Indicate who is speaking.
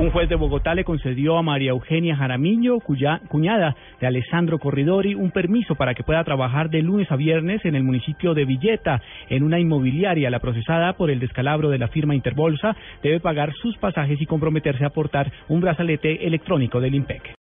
Speaker 1: Un juez de Bogotá le concedió a María Eugenia Jaramillo, cuya, cuñada de Alessandro Corridori, un permiso para que pueda trabajar de lunes a viernes en el municipio de Villeta, en una inmobiliaria. La procesada por el descalabro de la firma Interbolsa debe pagar sus pasajes y comprometerse a aportar un brazalete electrónico del IMPEC.